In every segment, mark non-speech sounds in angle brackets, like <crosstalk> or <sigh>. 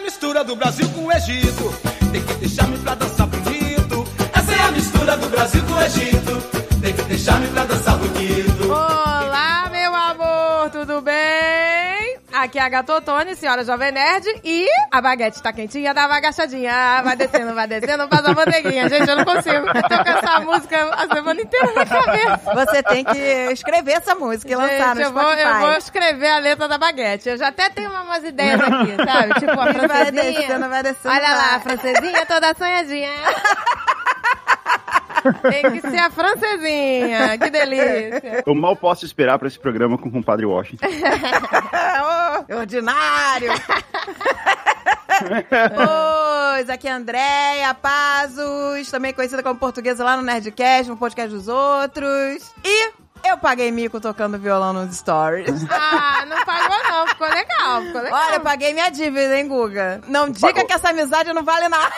mistura do Brasil com o Egito. Tem que deixar-me pra dançar bonito. Essa é a mistura do Brasil com o Egito. Tem que deixar-me pra dançar bonito. Olá, meu amor, tudo bem? Aqui é a Gatotone, senhora Jovem Nerd, e a baguete tá quentinha, dá uma agachadinha. Ah, Vai descendo, vai descendo, faz a manteiguinha. Gente, eu não consigo. Tô com essa música a semana inteira na cabeça. Você tem que escrever essa música e lançar no Gente, eu vou, Spotify. eu vou escrever a letra da baguete. Eu já até tenho umas ideias <laughs> aqui, sabe? Tipo, a Não vai francesinha. descendo, vai descendo. Olha lá, a vai. francesinha toda <laughs> sonhadinha. Tem que ser a francesinha. Que delícia. Eu mal posso esperar pra esse programa com o compadre Washington. <laughs> <laughs> Ô, ordinário. Pois, aqui é a Andréia Pazos, também conhecida como portuguesa lá no Nerdcast, no podcast dos outros. E eu paguei mico tocando violão nos stories. Ah, não pagou não. Ficou legal, ficou legal. Olha, eu paguei minha dívida, hein, Guga? Não diga Pagou. que essa amizade não vale nada.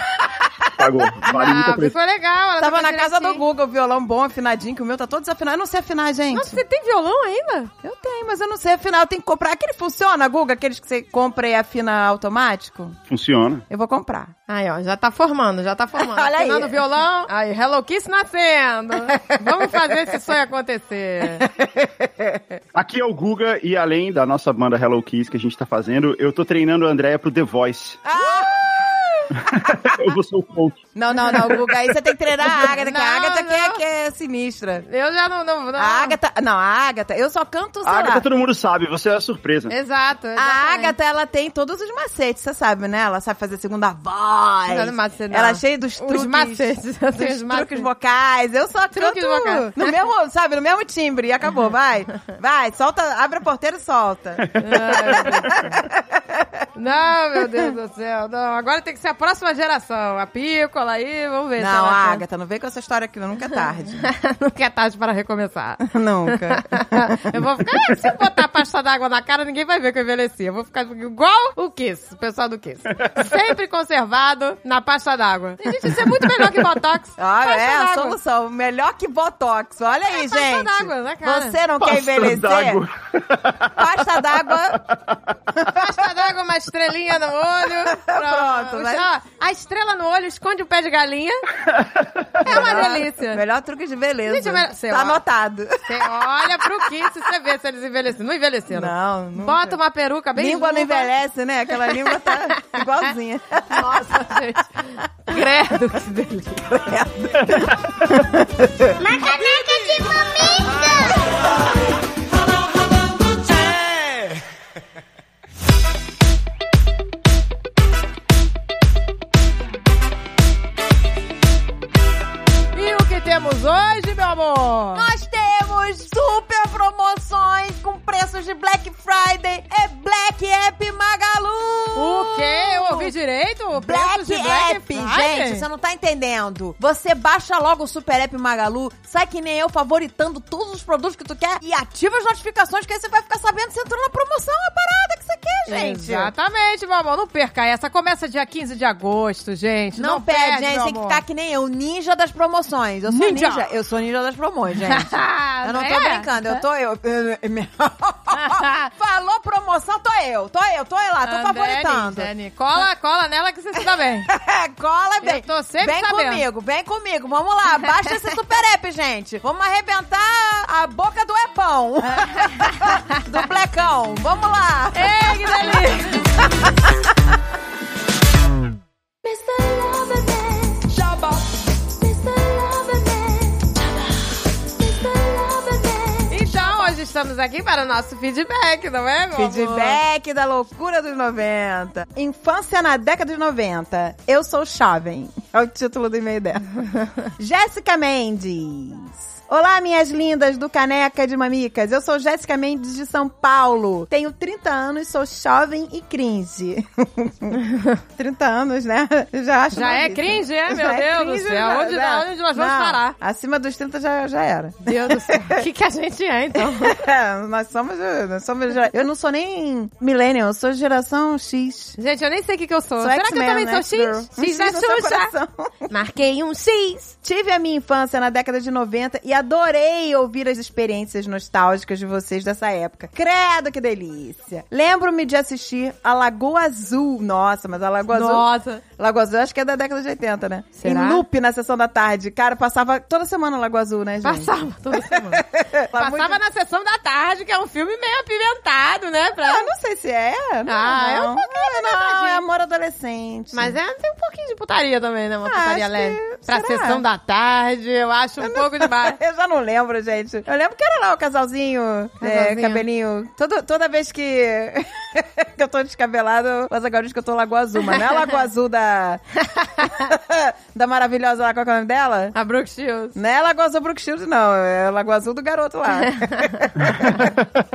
Pagou. Vale muito ah, a preço. ficou legal. Ela tá assim. Tava tocou na casa do direitinho. Guga, o violão bom, afinadinho, que o meu tá todo desafinado. Eu não sei afinar, gente. Nossa, você tem violão ainda? Eu tenho, mas eu não sei afinar. Eu tenho que comprar. Aquele funciona, Guga? Aqueles que você compra e afina automático? Funciona. Eu vou comprar. Aí, ó, já tá formando, já tá formando. Olha aí. Afinando o violão. Aí, Hello Kiss nascendo. Vamos fazer esse sonho acontecer. Aqui é o Guga e além da nossa banda Hello Kiss que a gente tá fazendo, eu tô treinando a Andréia pro The Voice. Ah! <laughs> eu vou ser o coach. Não, não, não, Guga. Aí você tem que treinar a Agatha, que a Não, Agatha que é, não. que é sinistra. Eu já não... não, não. A Agatha... Não, a Agatha... Eu só canto, sei A Agatha lá. todo mundo sabe, você é a surpresa. Exato. A exatamente. Agatha, ela tem todos os macetes, você sabe, né? Ela sabe fazer segunda voz. Não, não macete, não. Ela é cheia dos Os <laughs> truques. macetes, eu Dos tenho os truques macetes. vocais. Eu só Truques canto vocais. no mesmo, sabe, no mesmo timbre. E <laughs> acabou, vai. Vai, solta, abre a porteira e solta. Não, meu Deus do céu. Não, agora tem que ser a próxima geração. A pícola aí, vamos ver. se Não, ela tem. Agatha, não vem com essa história aqui, não. nunca é tarde. <laughs> Nunca é tarde para recomeçar. nunca. <laughs> eu vou ficar. "Ah, se eu botar pasta d'água na cara, ninguém vai ver que eu envelheci. Eu vou ficar igual o Kiss, o pessoal do Kiss. Sempre conservado na pasta d'água. E, gente, isso é muito melhor que <laughs> Botox. Olha, pasta é a d'água. solução. Melhor que Botox. Olha aí, pasta gente. d'água na é cara. Você não quer Pasta d'água. envelhecer? Pasta d'água. Pasta d'água, uma estrelinha no olho. Pronto. <laughs> Pronto, vai. Ó, A estrela no olho esconde o pé de galinha. É <laughs> uma Ah. delícia. Melhor truque de beleza. Gente, é melhor- Sei Tá lá. anotado. Você olha pro Kiss e você vê se eles envelheceram. Não envelheceram. Não, nunca. Bota uma peruca bem língua não ruiva. envelhece, né? Aquela <laughs> língua tá igualzinha. <laughs> Nossa, gente. Credo, que delícia. Uma caneca de mamita! E o que temos hoje, meu amor? Nós temos super promoções com preços de Black Friday. É Black App Magalu. O quê? Eu ouvi direito? O preço Black, de Black App, Friday? gente, você não tá entendendo. Você baixa logo o Super App Magalu, sai que nem eu favoritando todos os produtos que tu quer e ativa as notificações que aí você vai ficar sabendo se entrou na promoção a parada que você quer, gente. Exatamente, meu amor. Não perca essa. Começa dia 15 de agosto, gente. Não, Não, perde, gente, meu tem que tá amor. <laughs> ficar que nem eu, ninja das promoções. Eu sou ninja, Ninja. eu sou ninja das promoções, gente. Eu não tô É? brincando, eu tô eu. Falou promoção, tô eu, tô eu, tô eu lá, tô André, favoritando. Nini, Tá Cola, cola nela que você se dá <laughs> bem. Cola e vem. Eu tô sempre Vem sabendo. comigo, vem comigo. Vamos lá, baixa esse super app, <laughs> gente. Vamos arrebentar a boca do epão. <laughs> do plecão. Vamos lá. Ei, que delícia. Mr. Loverman, Mr. Loverman, Mr. Loverman. Então, hoje estamos aqui para o nosso feedback, não é, meu amor? Feedback da loucura dos 90. Infância na década de 90. Eu sou jovem. É o título do e-mail <laughs> dela. Jéssica Mendes. Olá, minhas lindas do Caneca de Mamicas. Eu sou Jéssica Mendes de São Paulo. Tenho 30 anos, sou jovem e <laughs> cringe. 30 anos, né? Eu Já acho Já é novíssima. cringe, é? Meu Já Deus do céu. já- Onde- já- é. onde nós vamos né? Não, parar? Acima dos 30 já, já era. Deus do <laughs> céu. O que, que a gente é, então? É, nós somos, nós somos. gera- Eu não sou nem millennial, eu sou geração X. Gente, eu nem sei o que, que eu sou. Sou Será que eu X-Men, também né, sou X? girl? Um X da no seu Xuxa. coração. <laughs> Marquei um X. Tive a minha infância na década de 90 e a adorei ouvir as experiências nostálgicas de vocês dessa época. Credo, que delícia. Lembro-me de assistir a Lagoa Azul. Nossa, mas a Lagoa Azul... Nossa. Lagoa Azul acho que é da década de 80, né? Será? Em loop na sessão da tarde. Cara, passava toda semana Lagoa Azul, né, gente? Passava <laughs> toda semana. Lá Passava muito- na sessão da tarde, que é um filme meio apimentado, né? pra- Ah, não sei se é. Não, Ah, é um não. pouquinho É, não, verdade. é amor adolescente. Mas é, tem um pouquinho de putaria também, né? Uma Ah, putaria acho leve. que- Pra será? sessão da tarde, eu acho um pouco demais. <laughs> Eu já não lembro, gente. Eu lembro que era lá o casalzinho, é, Casalzinho. cabelinho. Todo, toda vez que, <laughs> que eu tô descabelado, mas agora diz que eu tô Lagoa Azul. Mas não é a Lagoa Azul da. <laughs> da maravilhosa lá, qual que é o nome dela? A Brooke Shields. Não é Lagoa Azul Brook Shield, não. É Lagoa Azul do <laughs> garoto lá.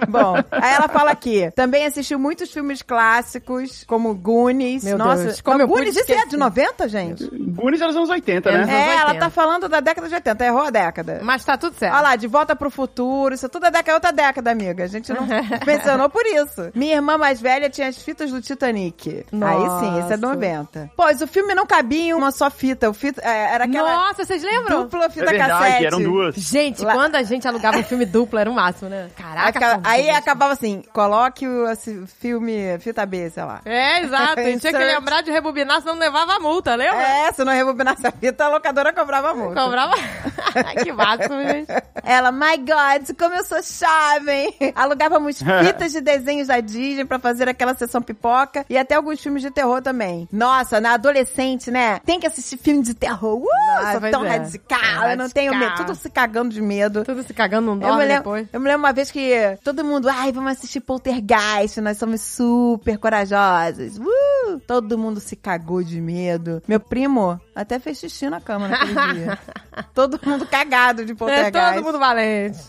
Bom, aí ela fala aqui. Também assistiu muitos filmes clássicos, como Goonies. Meu Nossa, Deus, como eu pude Goonies, isso é de esquecer. 90, gente? Goonies era dos anos 80, Era- né? Anos É, ela 80. tá falando da década de 80. Errou a década. Mas tá tudo certo. Olha lá, de volta pro futuro. Isso tudo é década, outra década, amiga. A gente <laughs> não mencionou por isso. Minha irmã mais velha tinha as fitas do Titanic. Nossa. Aí sim, esse é 90. Pois, o filme não cabia em uma só fita. O fita é, era aquela Nossa, vocês lembram? dupla fita é verdade, cassete. eram duas. Gente, Lá- quando a gente alugava um filme duplo, era o máximo, né? Caraca, é? Aquela- são aí duas. acabava assim, coloque o esse filme, fita B, sei lá. É, exato. A gente tinha que Insert. lembrar de rebobinar, senão levava a multa, lembra? É, se não rebobinasse a fita, a locadora cobrava muito. Cobrava. <laughs> que máximo, gente. Ela, my God, como eu sou <laughs> jovem! Alugávamos fitas de desenhos da Disney pra fazer aquela sessão pipoca e até alguns filmes de terror também. Nossa, na adolescente, né? Tem que assistir filme de terror. Uh, Ah, sou pois tão é. radical, eu não Radical. tenho medo. Tudo se cagando de medo. Tudo se cagando num Eu me, dólar lembro, depois. eu me lembro uma vez que todo mundo, ai, vamos assistir Poltergeist, nós somos super corajosos. Uh! Todo mundo se cagou de medo. Meu primo até fez xixi na cama <laughs> naquele dia. Todo mundo cagado de É, Poltergeist. todo mundo valente.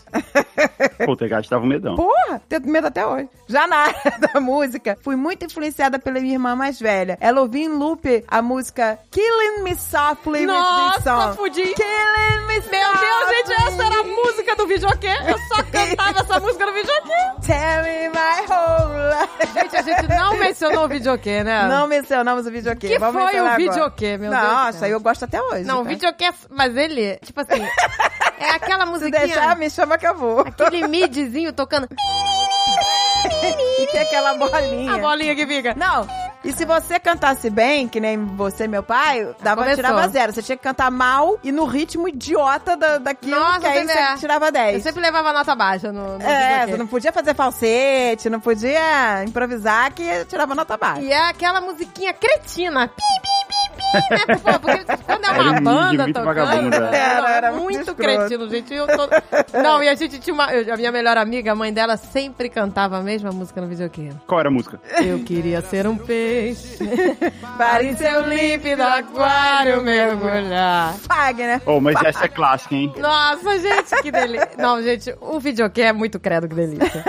Pô, o Tegate dava um medão. Porra, tenho medo até hoje. Já na <laughs> área da música, fui muito influenciada pela minha irmã mais velha. Ela ouvia em loop a música Killing Me Softly with This Nossa, Song. fudi. Killing Me Meu Deus, gente, essa era a Softly. música do videokê. Eu <laughs> só cantava essa música no videokê. Tell me my whole life. Gente, a gente não mencionou o videokê, né? Não mencionamos o videokê. Que Vamos foi mencionar o agora. videokê, meu Deus do Nossa, céu. eu gosto até hoje. Não, o tá? videokê, é f- mas ele, tipo assim, é aquela <laughs> Se musiquinha, deixar, me chama que eu vou. aquele midzinho <laughs> tocando E tem aquela bolinha. a bolinha que fica. Não. E se você cantasse bem, que nem você, meu pai, dava, Começou. tirava zero. Você tinha que cantar mal e no ritmo idiota da, daquilo, Nossa, que aí você você vê. tirava Eu 10. sempre levava nota baixa no, no É, videokê. você não podia fazer falsete, não podia improvisar, que tirava nota baixa. E é aquela musiquinha cretina. Pi, pi, pi, pi, né? Por favor, Porque quando é uma Era um índio banda muito tocando. vagabundo, não, é né? Era, era muito muito escroto. cretino, gente. Eu tô- Não, e a gente tinha uma. eu- a minha melhor amiga, a mãe dela, sempre cantava a mesma música no videokê. Qual era a música? Eu queria ser um peixe. <laughs> Pareceu Seu límpido aquário mergulhar. pague, né? Oh, mas essa é clássica, hein? Nossa, gente, que delícia. Não, gente, o videokê é muito credo que delícia.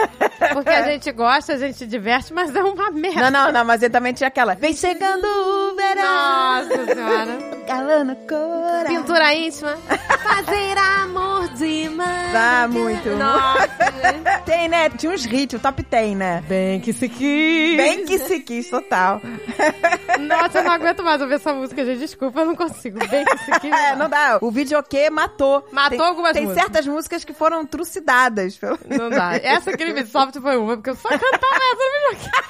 Porque a gente gosta, a gente se diverte, mas é uma merda. Não, não, não, mas ele também tinha aquela. Vem chegando o verão, Nossa senhora. calando o coração. Pintura íntima. Fazer amor de mãe. Dá muito. Nossa, gente. Tem, né? Tinha uns hits, o top 10, né? Bem que se quis. Bem que se quis, total. Nossa, eu não aguento mais ouvir essa música, gente. Desculpa, eu não consigo. Bem que se quis. É, não dá. O videokê matou. Matou tem, algumas Tem músicas. certas músicas que foram trucidadas. <laughs> pelo- Não dá. Essa crime soft foi tipo, é uma, porque eu só cantava essa no videokê.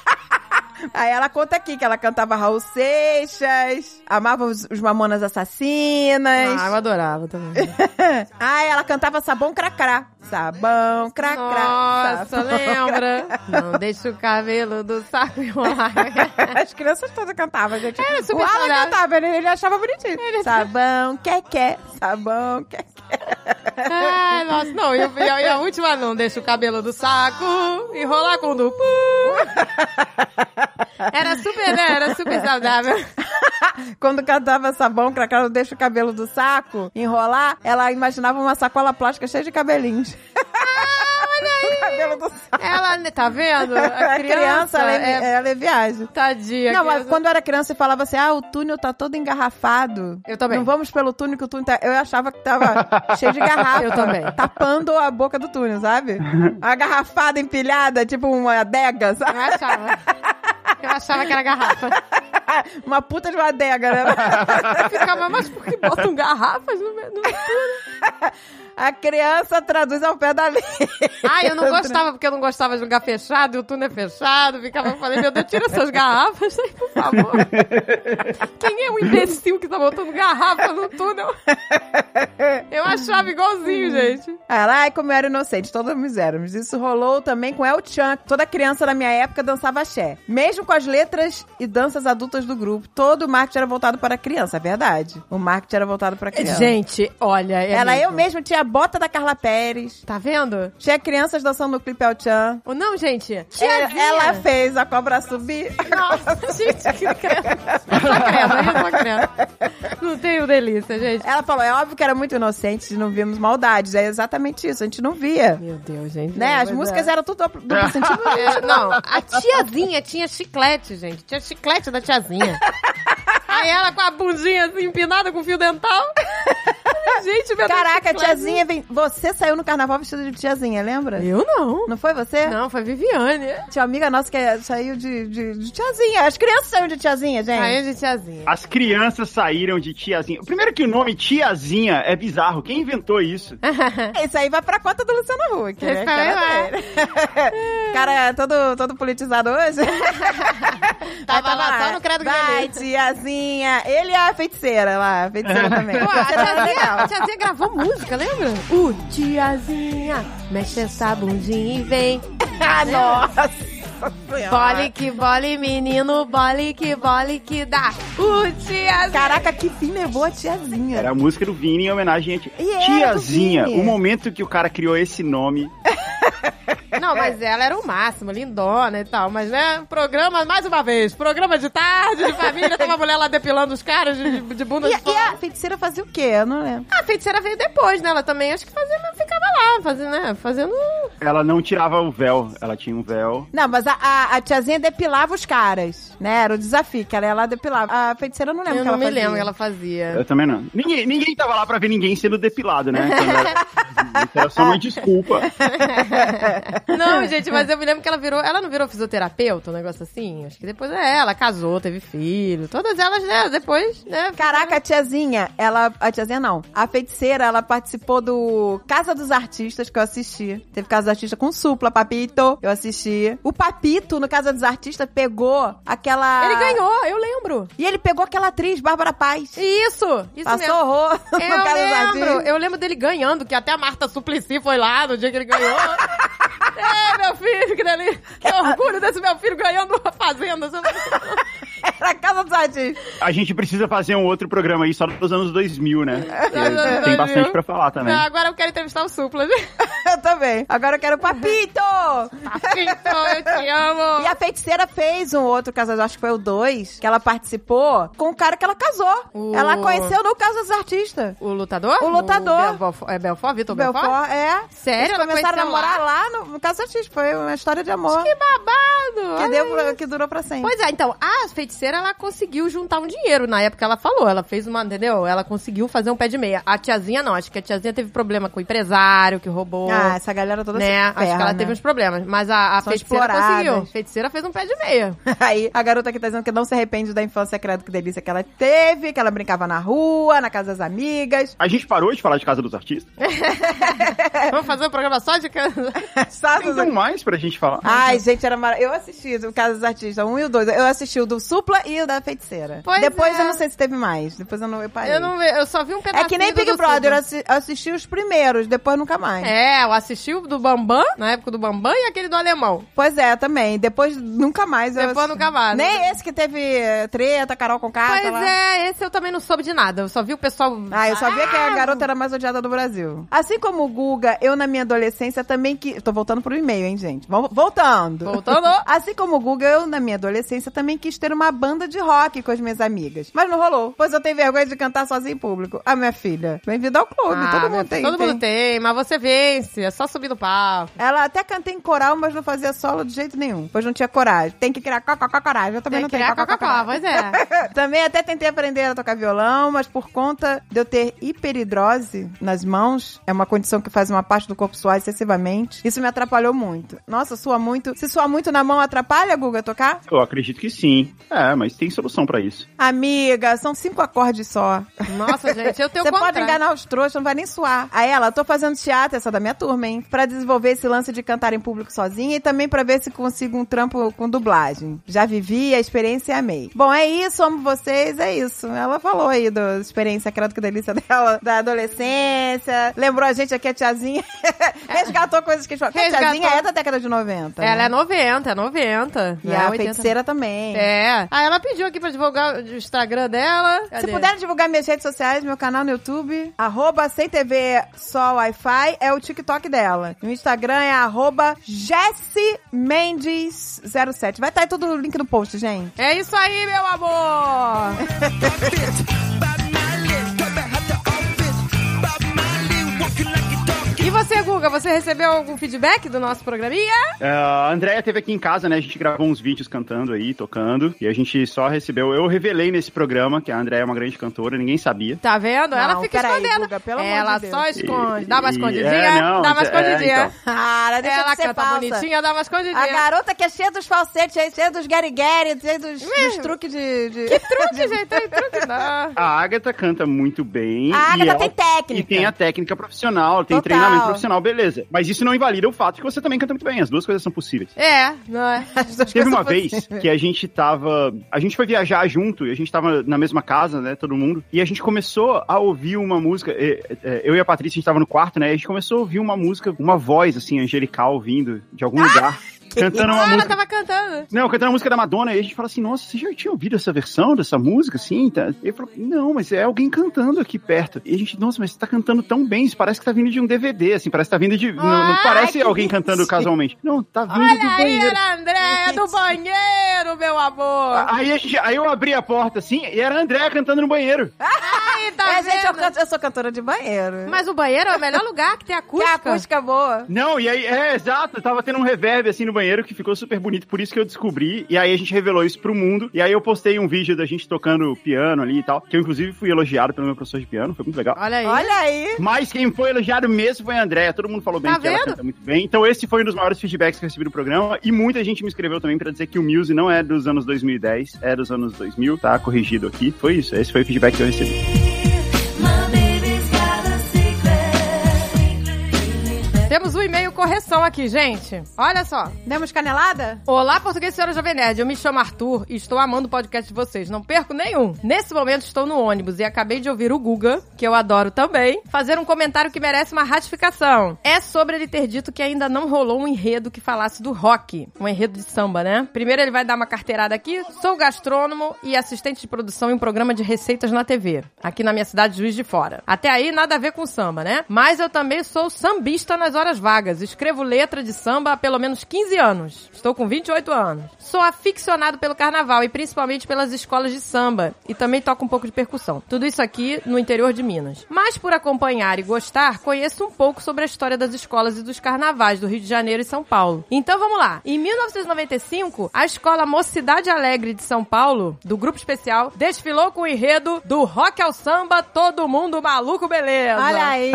Aí ela conta aqui que ela cantava Raul Seixas, amava os, os Mamonas Assassinas. Ah, eu adorava também. Ai, ela cantava Sabão Cracrá. Sabão Cracrá. Nossa, sabão <laughs> lembra? Não deixa o cabelo do saco enrolar. As crianças todas cantavam, gente. Era né? super o Alan saudável. cantava, ele, ele achava bonitinho. Sabão, quer, quer. Sabão, quer, Ai, nossa, não. E, o- e a- e a última, não deixa o cabelo do saco enrolar com o do... Era super, né? Era super saudável. Quando cantava sabão, cracá, não deixa o cabelo do saco enrolar, ela imaginava uma sacola plástica cheia de cabelinhos. <laughs> Ah, olha aí! o cabelo do saco. Ela, né, tá vendo? A criança, ela, é, é... ela é viagem. Tadinha. Não, mas criança. quando eu era criança, eu falava assim, ah, o túnel tá todo engarrafado. Eu também. Não vamos pelo túnel, que o túnel tá... Eu achava que tava <laughs> cheio de garrafa. Eu também. Tapando a boca do túnel, sabe? Uma garrafada empilhada, tipo uma adega, <laughs> sabe? Eu achava. Eu achava que era garrafa. uma puta de uma adega, né? <laughs> Fica mais, mas por que botam garrafas no meio do... A criança traduz ao pé da letra. Ah, eu não gostava, porque eu não gostava de lugar fechado, e o túnel é fechado, ficava falando, meu Deus, tira essas garrafas aí, por favor. Quem é o imbecil que tá botando garrafa no túnel? Eu achava igualzinho, gente. Caralho, como eu era inocente, todos éramos. Isso rolou também com El Chan. Toda criança na minha época dançava axé. Mesmo com as letras e danças adultas do grupo, todo o marketing era voltado para criança, é verdade. O marketing era voltado para criança. Gente, olha... é É. Ela, mesmo. eu mesmo, tinha a bota da Carla Pérez. Tá vendo? Tinha crianças dançando no clipe El Chan. Ou não, gente? Ela, é Tiazinha. ela fez a cobra subir. Nossa, gente, que crema. Só crema, eu só crema. Não tenho delícia, gente. Ela falou, é óbvio que era muito inocente, não víamos maldades. É exatamente isso, a gente não via. Meu Deus, gente. Né? As Mas músicas é. eram tudo duplo duplo sentido. É, Não, a tiazinha tinha chiclete, gente. Tinha chiclete da tiazinha. Aí ela com a bundinha assim, empinada com fio dental. Gente, meu Deus, Caraca, chiclete. tiazinha, vem... você saiu no carnaval vestida de tiazinha, lembra? Eu não. É. Não foi você? Não, foi Viviane. Tinha uma amiga nossa que é, saiu de, de- de tiazinha. As crianças saíram de tiazinha, gente. Aí de tiazinha. Ah, As crianças saíram de tiazinha. Primeiro que o nome tiazinha é bizarro. Quem inventou isso? É, Isso aí vai pra conta do Luciano Huck, né? Esse vai Cara, lá. dele. <laughs> cara é todo, todo politizado hoje. <laughs> Aí lá, só no credo tá, é. Vai, grelhento." tiazinha. Ele é a feiticeira lá, a feiticeira também. Pô, a Feiticeira tá tiazinha, legal. a tiazinha gravou música, lembra? O tiazinha, mexe essa bundinha e vem. <laughs> Ah, nossa. Então, Bole que bole, menino, bole que bole que dá. O tiazinha. Caraca, que fim levou a tiazinha. Era a música do Vini em homenagem a ti... E era do tiazinha. Vini. O momento que o cara criou esse nome. Não, mas ela era o máximo, lindona e tal. Mas, né, programa, mais uma vez, programa de tarde, de família, tava a mulher lá depilando os caras de, de bunda E, de e fora. a feiticeira fazia o quê? Eu não lembro. A feiticeira veio depois, né? Ela também, acho que fazia, ficava lá, fazendo, né, fazendo... Ela não tirava o véu. Ela tinha um véu. Não, mas a, a- a tiazinha depilava os caras, né? Era o desafio, que ela ia lá depilava. A feiticeira eu não lembro Eu o que não ela me fazia. lembro o que ela fazia. <laughs> Eu também não. Ninguém, ninguém tava lá pra ver ninguém sendo depilado, né? Quando <laughs> Era, Isso era só uma desculpa. Não, gente, mas eu me lembro que ela virou... Ela não virou fisioterapeuta, um negócio assim? Acho que depois é ela, casou, teve filho. Todas elas, né, depois, né... Caraca, a tiazinha, ela. A tiazinha não. A feiticeira, ela participou do Casa dos Artistas que eu assisti. Teve Casa dos Artistas com supla, Papito. Eu assisti. O Papito, no Casa dos Artistas, pegou aquela. Ele ganhou, eu lembro. E ele pegou aquela atriz, Bárbara Paz. Isso, isso Passou mesmo. horror <laughs> no Eu Casa dos lembro, Artistas. eu lembro dele ganhando, que até a Marta Suplicy foi lá no dia que ele ganhou. <laughs> é, meu filho, que, dele, que orgulho desse meu filho ganhando uma fazenda. <laughs> Era a Casa dos Artistas. A gente precisa fazer um outro programa aí só dos anos 2000, né? É. Porque Tem bastante pra falar também. Não, agora eu quero entrevistar o Supla. <laughs> Eu também. Agora eu quero <laughs> o Papito! Então, eu te amo. E a feiticeira fez um outro casal, acho que foi o 2, que ela participou com o cara que ela casou. O- Ela conheceu no Casa dos Artistas. O lutador? O lutador. O Belfort, é Belfort, Vitor Belfort? Belfort, é. Sério? Eles Ela começaram a conheceu namorar lá, no, no Casa dos Artistas. Foi uma história de amor Que que, babado! olha deu aí. pra- que durou pra sempre. Pois é, então, a feiticeira, ela conseguiu juntar um dinheiro. Na época ela falou, ela fez uma, entendeu? Ela conseguiu fazer um pé de meia. A tiazinha não, acho que a tiazinha teve problema com o empresário que roubou. Ah, essa galera toda é. né? se Acho que ela teve uns problemas. Mas a, a São feiticeira exploradas. conseguiu. A feiticeira fez um pé de <laughs> meia. <laughs> Aí, a garota aqui tá dizendo que não se arrepende da infância, credo, que delícia que ela teve, que ela brincava na rua, na casa das amigas, <laughs> A gente parou de falar de Casa dos Artistas? É. Vamos fazer um programa só de casa. sabe? Então, Tem tão mais pra gente falar. Ai, gente, era maravilhoso. Eu assisti o Casa dos Artistas 1 e o 2. Eu assisti o do Supla e o da Feiticeira. Pois Depois é. eu não sei se teve mais. Depois eu não eu parei. Eu não ve- eu só vi um É pedacinho. que nem do Big do Brother, né? eu Suba. assi- assisti os primeiros, depois nunca mais. É, eu assisti o do Bambam, na época do Bambam, e aquele do alemão. Pois é, também. Depois nunca mais. eu Depois assisti. nunca mais. Nem esse que teve eh, treta, Carol com cara. pois é, esse eu também não soube de nada. Eu só vi o pessoal. tá Ah, eu sabia que a garota era a mais odiada do Brasil. Assim como o Guga, eu na minha adolescência também que... Tô voltando pro e-mail, hein, gente? Vol- Voltando. Voltando. <laughs> Assim como o Guga, eu na minha adolescência também quis ter uma banda de rock com as minhas amigas. Mas não rolou, pois eu tenho vergonha de cantar sozinha em público. Ah, minha filha, bem-vinda ao clube. Ah, todo meu mundo filho, tem. Todo mundo tem, mas você vence. desse. É só subir no palco. Ela até cantei em coral, mas não fazia solo de jeito nenhum, pois não tinha coragem. Tem que criar co- co- co- coragem. Eu também Tem não que tenho criar co- co- co- Coca-Cola, coragem. pois é. <laughs> Também até tentei aprender a tocar violão, mas por conta de eu ter hiperidrose nas mãos, é uma condição que faz uma parte do corpo suar excessivamente, isso me atrapalhou muito. Nossa, sua muito. Se suar muito na mão, atrapalha, Guga, tocar? Eu acredito que sim. É, mas tem solução pra isso. Amiga, são cinco acordes só. é. Nossa, gente, eu tenho Você pode contrário. enganar os trouxas, não vai nem suar. Aí ela, tô fazendo teatro, essa é da minha turma, hein? Pra desenvolver esse lance de cantar em público sozinha e também pra ver se consigo um trampo com dublagem. Já vivi a experiência e amei. Bom, é isso, amo vocês, é isso. Ela falou aí da experiência, credo que delícia <laughs> dela, da adolescência. Lembrou a gente aqui a tiazinha. <laughs> Resgatou coisas que a gente falou. Porque A Resgatou. tiazinha é da década de 90. Ela né? é 90, é 90. E Não é a 80. feiticeira também. É. Aí ela pediu aqui pra divulgar o Instagram dela. Se Cadê? puderem divulgar minhas redes sociais, meu canal no YouTube, arroba CTV só Wi-Fi é o TikTok dela. No Instagram é arroba JessMendes07. Vai estar aí todo o link no post, gente. É isso aí, meu amor! E você, Guga, você recebeu algum feedback do nosso programinha? É, a Andrea teve aqui em casa, né? A gente gravou uns vídeos cantando aí, tocando. E a gente só recebeu. Eu revelei nesse programa que a Andrea é uma grande cantora, ninguém sabia. Tá vendo? ela Não, fica peraí, escondendo. Guga, pelo amor ela de só Deus. esconde. Dá uma E- escondidinha, é, não, dá uma é, escondidinha. então. Cara, deixa ela de ser canta falsa. bonitinha, dá uma escondidinha. A garota que é cheia dos falsetes, aí, cheia dos gary gary, cheia dos, dos truques de... de... Que Truque, gente, tem truque não. A Agatha canta muito bem. A Agatha e ela- tem técnica. <laughs> E tem a técnica profissional, tem Total. treinamento profissional, beleza. Mas isso não invalida o fato de que você também canta muito bem. As duas coisas são possíveis. É, não é? Teve uma vez que a gente tava. A gente foi viajar junto e a gente tava na mesma casa, né? Todo mundo. E a gente começou a ouvir uma música. e- e- Eu e a Patrícia, a gente tava no quarto, né? E a gente começou a ouvir uma música, uma voz, assim, angelical vindo de algum lugar. Cantando Ah, uma ela música. tava cantando. Não, cantando a música da Madonna, e a gente fala assim, nossa, você já tinha ouvido essa versão dessa música, assim? Tá? E ele falou, não, mas é alguém cantando aqui perto. E a gente, nossa, mas você tá cantando tão bem, isso parece que tá vindo de um DVD, assim, parece que tá vindo de... não, não Ah, parece que alguém mentira. cantando casualmente. Não, tá vindo do Olha aí, banheiro. era a Andréia do banheiro, meu amor. Ah, Aí, a gente- aí eu abri a porta, assim, e era a Andréa cantando no banheiro. Aí, tá É, vendo? gente, eu, canto- eu sou cantora de banheiro. Mas o banheiro é o melhor lugar que tem Que a acústica. acústica boa. Não, e aí, é, exato, tava tendo um reverb, assim, no banheiro, que ficou super bonito, por isso que eu descobri, e aí a gente revelou isso pro mundo, e aí eu postei um vídeo da gente tocando piano ali e tal, que eu, inclusive, fui elogiado pelo meu professor de piano, foi muito legal. Olha aí. Olha aí. Mas quem foi elogiado mesmo foi a Andréia. Todo mundo falou bem Tá que ela vendo? canta muito bem. Então esse foi um dos maiores feedbacks que eu recebi do programa. E muita gente me escreveu também pra dizer que o Muse não é dos anos 2010, é dos anos 2000. Tá corrigido aqui. Foi isso. Esse foi o feedback que eu recebi. Temos um e-mail correção aqui, gente. Olha só. Demos canelada? Olá, português senhora Jovem Nerd. Eu me chamo Arthur e estou amando o podcast de vocês. Não perco nenhum. Nesse momento estou no ônibus e acabei de ouvir o Guga, que eu adoro também, fazer um comentário que merece uma ratificação. É sobre ele ter dito que ainda não rolou um enredo que falasse do rock. Um enredo de samba, né? Primeiro ele vai dar uma carteirada aqui. Sou gastrônomo e assistente de produção em um programa de receitas na TV. Aqui na minha cidade, Juiz de Fora. Até aí, nada a ver com samba, né? Mas eu também sou sambista nas horas vagas. Escrevo letra de samba há pelo menos 15 anos. Estou com 28 anos. Sou aficionado pelo carnaval e principalmente pelas escolas de samba. E também toco um pouco de percussão. Tudo isso aqui no interior de Minas. Mas por acompanhar e gostar, conheço um pouco sobre a história das escolas e dos carnavais do Rio de Janeiro e São Paulo. Então vamos lá. Em 1995, a escola Mocidade Alegre de São Paulo, do grupo especial, desfilou com o enredo do rock ao samba, todo mundo maluco, beleza. Olha <laughs> aí.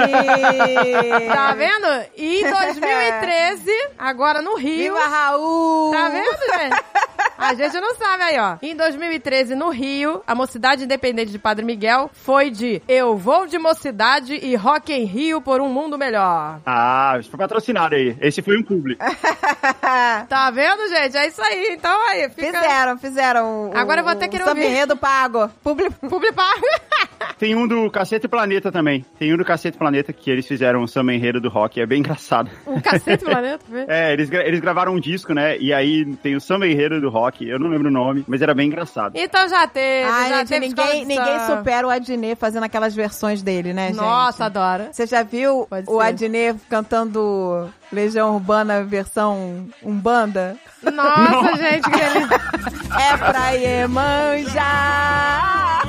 Tá vendo? E <laughs> em 2013, agora no Rio. É. Viva Raul! Tá vendo, gente? A gente não sabe aí, ó. Em 2013, no Rio, a Mocidade Independente de Padre Miguel foi de Eu Vou de Mocidade e Rock em Rio por um Mundo Melhor. Ah, isso foi patrocinado aí. Esse foi um <laughs> público. Tá vendo, gente? É isso aí. Então aí, fica... Ah, Fizeram, fizeram. o- Agora eu vou o- até querer o samba ouvir. enredo pago. Público. Publicar. <laughs> Tem um do Cacete Planeta também. Tem um do Cacete Planeta que eles fizeram um samba enredo do rock. É bem <laughs> engraçado. o cacete do planeta. vê? É, eles, gra- eles gravaram um disco, né? E aí tem o samba enredo do rock. Eu não lembro o nome, mas era bem engraçado. Então já teve, já Ai, gente, teve escola ninguém, de ninguém samba. supera o Adnet fazendo aquelas versões dele, né, gente? Nossa, adoro. Você já viu Pode o ser. Adnet cantando Legião Urbana versão Umbanda? Nossa, gente, que delícia. <laughs> É pra Iemanjá!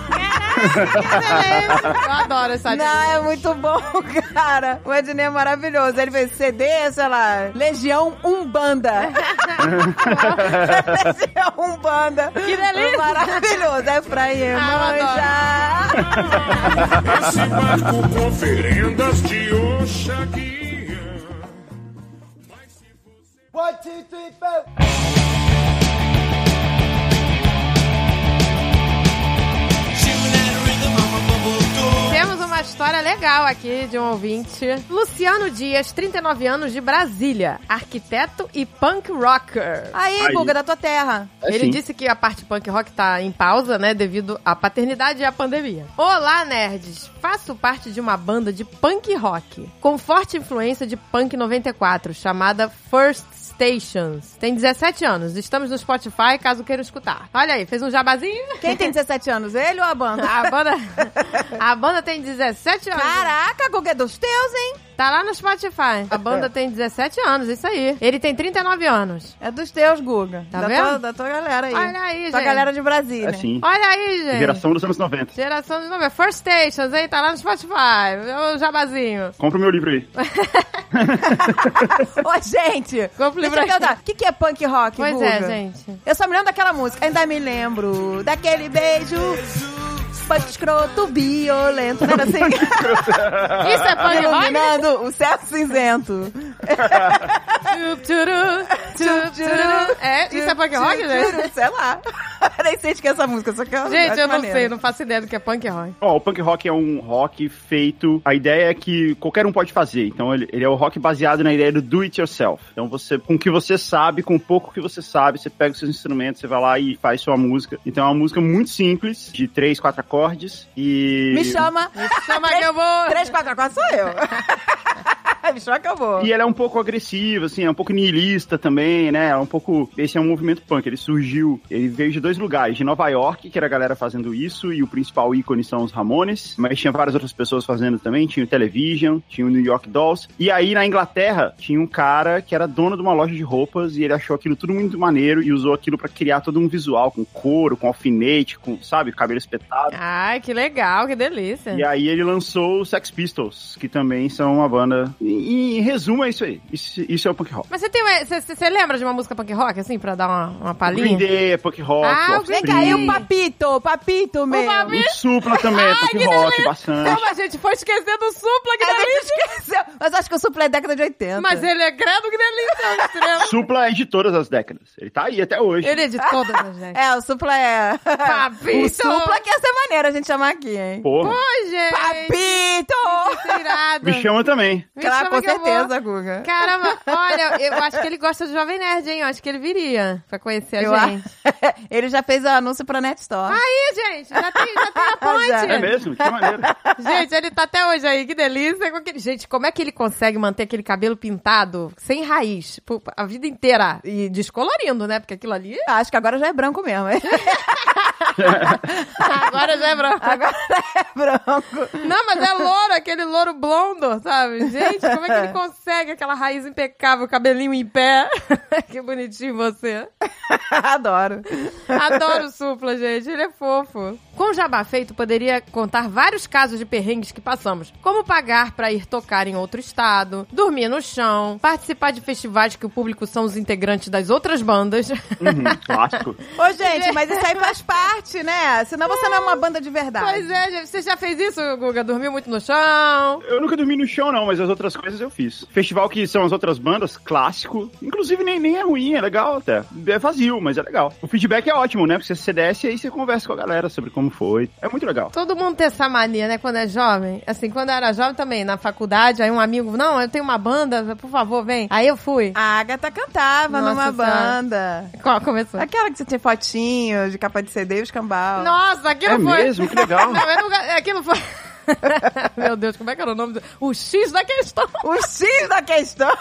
Eu adoro essa Não, é muito bom, <laughs> cara. O Ednei é maravilhoso. Ele fez CD, sei lá, Legião <laughs> Umbanda. Legião Umbanda. Que delícia. Maravilhoso. É pra ir Ah, eu manjar. Esse barco com oferendas de Oxaguia. Mas se você Temos uma história legal aqui de um ouvinte. Luciano Dias, 39 anos, de Brasília. Arquiteto e punk rocker. Aí, Aí. Guga, da tua terra. Ele Assim. disse que a parte punk rock tá em pausa, né, devido à paternidade e à pandemia. Olá, nerds! Faço parte de uma banda de punk rock, com forte influência de punk 94, chamada First Stations. Tem 17 anos, estamos no Spotify, caso queiram escutar. Olha aí, fez um jabazinho? Quem tem 17 anos, ele ou <laughs> a banda? A banda, a banda tem 17 anos. Caraca, Guga, é dos teus, hein? Tá lá no Spotify. É. A banda tem 17 anos, isso aí. Ele tem 39 anos. É dos teus, Guga. Tá da vendo? Tua, da tua galera aí. Olha aí, tua gente. galera de Brasília. Assim. né? Olha aí, gente. Geração dos anos 90. Geração de nome é First Stations, hein? Tá lá no Spotify. O jabazinho. Compra o meu livro aí. <laughs> Ô, gente. Compre o Deixa livro eu aí. perguntar. O que, que é punk rock, Pois Guga? é, gente. Eu só me lembro daquela música, ainda me lembro daquele beijo. Punk escroto, violento, não era assim? Ah, Isso é <laughs> punk rock? Iluminando o céu cinzento. Tchup, tchuru, tchup, tchuru. É, isso é punk rock, gente? Sei lá. <laughs> Nem sei de que é essa música, só que eu Gente, Tá acho eu não maneiro. sei, não faço ideia do que é punk rock. Ó, o punk rock é um rock feito. A ideia é que qualquer um pode fazer. Então, ele, ele é o rock baseado na ideia do do it yourself. Então, você, com o que você sabe, com o pouco que você sabe, você pega os seus instrumentos, você vai lá e faz sua música. Então, é uma música muito simples, de três, quatro acordes. E. Me chama. Chama que eu vou... <laughs> Três, quatro, quatro sou eu. Me chama que eu <laughs> vou. E ela é um pouco agressiva, assim, é um pouco niilista também, né? É um pouco. Esse é um movimento punk. Ele surgiu, ele veio de dois lugares: de Nova York, que era a galera fazendo isso, e o principal ícone são os Ramones, mas tinha várias outras pessoas fazendo também. Tinha o Television, tinha o New York Dolls. E aí na Inglaterra tinha um cara que era dono de uma loja de roupas e ele achou aquilo tudo muito maneiro e usou aquilo pra criar todo um visual com couro, com alfinete, com, sabe, cabelo espetado. Ai, que legal, que delícia. E aí ele lançou os Sex Pistols, que também são uma banda. E, e, em resumo, é isso aí. Isso, isso é o punk rock. Mas você tem uma- você- Você você lembra de uma música punk rock, assim, pra dar uma, uma Green palhinha? Day, é punk rock, Ah, o Offspring, Vem cá, e o papito, o papito, meu. papi- o Supla também, é punk rock, bastante. Não, a gente foi esquecendo o supla, que A gente delícia. esqueceu. Mas acho que eu suplo é década de 80. Mas ele é né? credo, que delícia. estrela. Supla é de todas as décadas. <laughs> Ele tá aí até hoje. Ele é de todas as gente. É, o supla é. Papito! <laughs> O supla que ia ser maneiro a gente chamar aqui, hein? Porra. Oi, gente. Papito! Isso é irado. Me chama também. Me Claro, chama com que eu vou. certeza, Guga. Caramba, olha, eu acho que ele gosta de Jovem Nerd, hein? Eu acho que ele viria pra conhecer a Eu a- gente. <laughs> Ele já fez o anúncio pra Net Store. Aí, gente, já tem, já tem a <laughs> Já. ponte. É mesmo? Que maneiro. Gente, ele tá até hoje aí, que delícia. Com aquele- Gente, como é que ele consegue manter aquele cabelo pintado sem raiz pô, a vida inteira? E descolorindo, né? Porque aquilo <laughs> ali Acho que agora já é branco <laughs> mesmo. hein? agora já é branco. Agora <laughs> é branco. <laughs> Não, mas é louro, aquele louro blondo, sabe? Gente, como é que ele consegue aquela raiz impecável, cabelinho em pé? <laughs> que bonitinho você. Adoro. Adoro o Supla, gente. Ele é fofo. Com o jabá feito, poderia contar vários casos de perrengues que passamos. Como pagar pra ir tocar em outro estado, dormir no chão, participar de festivais que o público são os integrantes das outras bandas. Uhum, clássico. Ô, gente, mas isso aí faz parte, né? Senão você não é uma banda de verdade. <laughs> pois é, gente. Você já fez isso, Guga? Dormiu muito no chão? Eu nunca dormi no chão, não, mas as outras coisas eu fiz. Festival que são as outras bandas, clássico. Inclusive, nem, nem é ruim, é legal até. É vazio, mas é legal. O feedback é ótimo, né? Porque você desce e aí você conversa com a galera sobre como foi. É muito legal. Todo mundo tem essa mania, né? Quando é jovem. Assim, quando eu era jovem também, na faculdade, aí um amigo, não, eu tenho uma banda, por favor, vem. Aí eu fui. A Agatha cantava Nossa numa Senhora. banda. Qual começou? Aquela que você tinha fotinho de capa de CD e o escambau. Nossa, aquilo É foi. mesmo? Que legal. <laughs> Não, eu não- Aquilo foi. <laughs> Meu Deus, como é que era o nome? Do... O X da questão. O X da questão.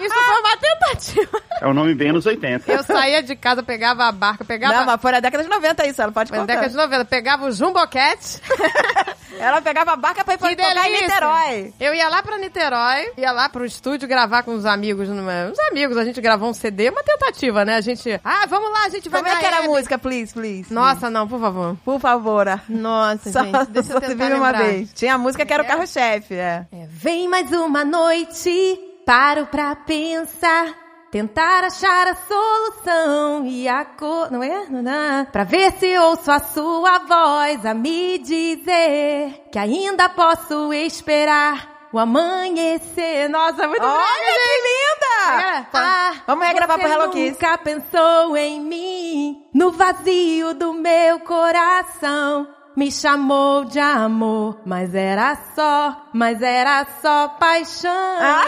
Isso foi uma tentativa. É um nome bem nos 80. Eu saía de casa, pegava a barca, pegava. Não, mas foi na década de 90 isso, ela pode Foi na contar. década de 90, pegava o Jumboquete. <laughs> Ela pegava a barca pra ir pra Que tocar em delícia! Niterói. Eu ia lá pra Niterói, ia lá pro estúdio gravar com os amigos. Numa... Uns amigos, a gente gravou um CD, uma tentativa, né? A gente. Ah, vamos lá, a gente vai Como é dar que era a M. música, please, please? Nossa, não, por favor. Por favor. ah. Nossa, Só, gente, deixa só eu se tentar vive uma lembrar. vez. Tinha a música que era o carro-chefe, é. É, vem mais uma noite, paro pra pensar, tentar achar a solução e a cor, não é? Não, não. Pra ver se ouço a sua voz a me dizer que ainda posso esperar o amanhecer. Nossa, é muito Olha bom, gente. que linda! É, tá. Vamos regravar Você pro Hello Kiss. nunca pensou em mim, no vazio do meu coração. Me chamou de amor, mas era só, mas era só paixão. Ah.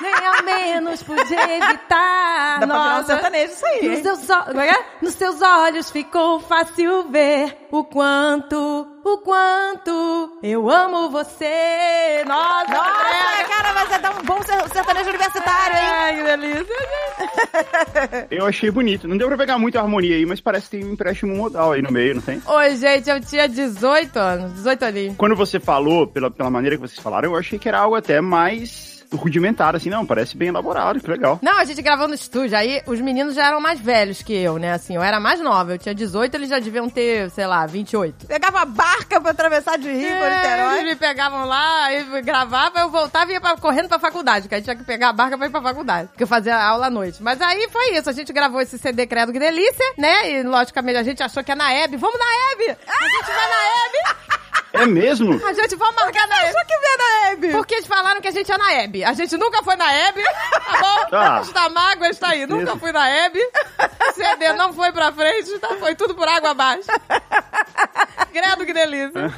Nem ao menos podia <laughs> evitar. Dá pra virar um Nossa. sertanejo isso aí, Nos hein? seus, ó- como é que é? Nos seus olhos ficou fácil ver o quanto, o quanto eu amo você. Nossa, Nossa, Andréa. cara, você dá um bom ser- sertanejo universitário, hein? Ai, que delícia, gente. Eu achei bonito. Não deu pra pegar muita harmonia aí, mas parece que tem um empréstimo modal aí no meio, não tem? Oi, gente, eu tinha 18 anos, 18 ali. Quando você falou, pela, pela maneira que vocês falaram, eu achei que era algo até mais rudimentar, assim, não, parece bem elaborado, que legal. Não, a gente gravou no estúdio, aí os meninos já eram mais velhos que eu, né? Assim, eu era mais nova, eu tinha 18, eles já deviam ter, sei lá, 28. Pegava a barca pra atravessar de rio pra É, Niterói. eles me pegavam lá, e gravava, eu voltava e ia pra- correndo pra faculdade, que aí tinha que pegar a barca pra ir pra faculdade, porque eu fazia aula à noite. Mas aí foi isso, a gente gravou esse CD Credo que Delícia, né? E logicamente a gente achou que é na Hebe, vamos na Hebe! A gente vai na Hebe! É mesmo? A Ah, gente vai marcar na Hebe! Só que vê da Hebe. Porque eles falaram que a gente é na Hebe. A gente nunca foi na Hebe, <laughs> tá bom? Tá. A gente tá mágoa, está aí. Nunca fui na Hebe. CD não foi pra frente, tá? foi tudo por água abaixo. Credo que delícia.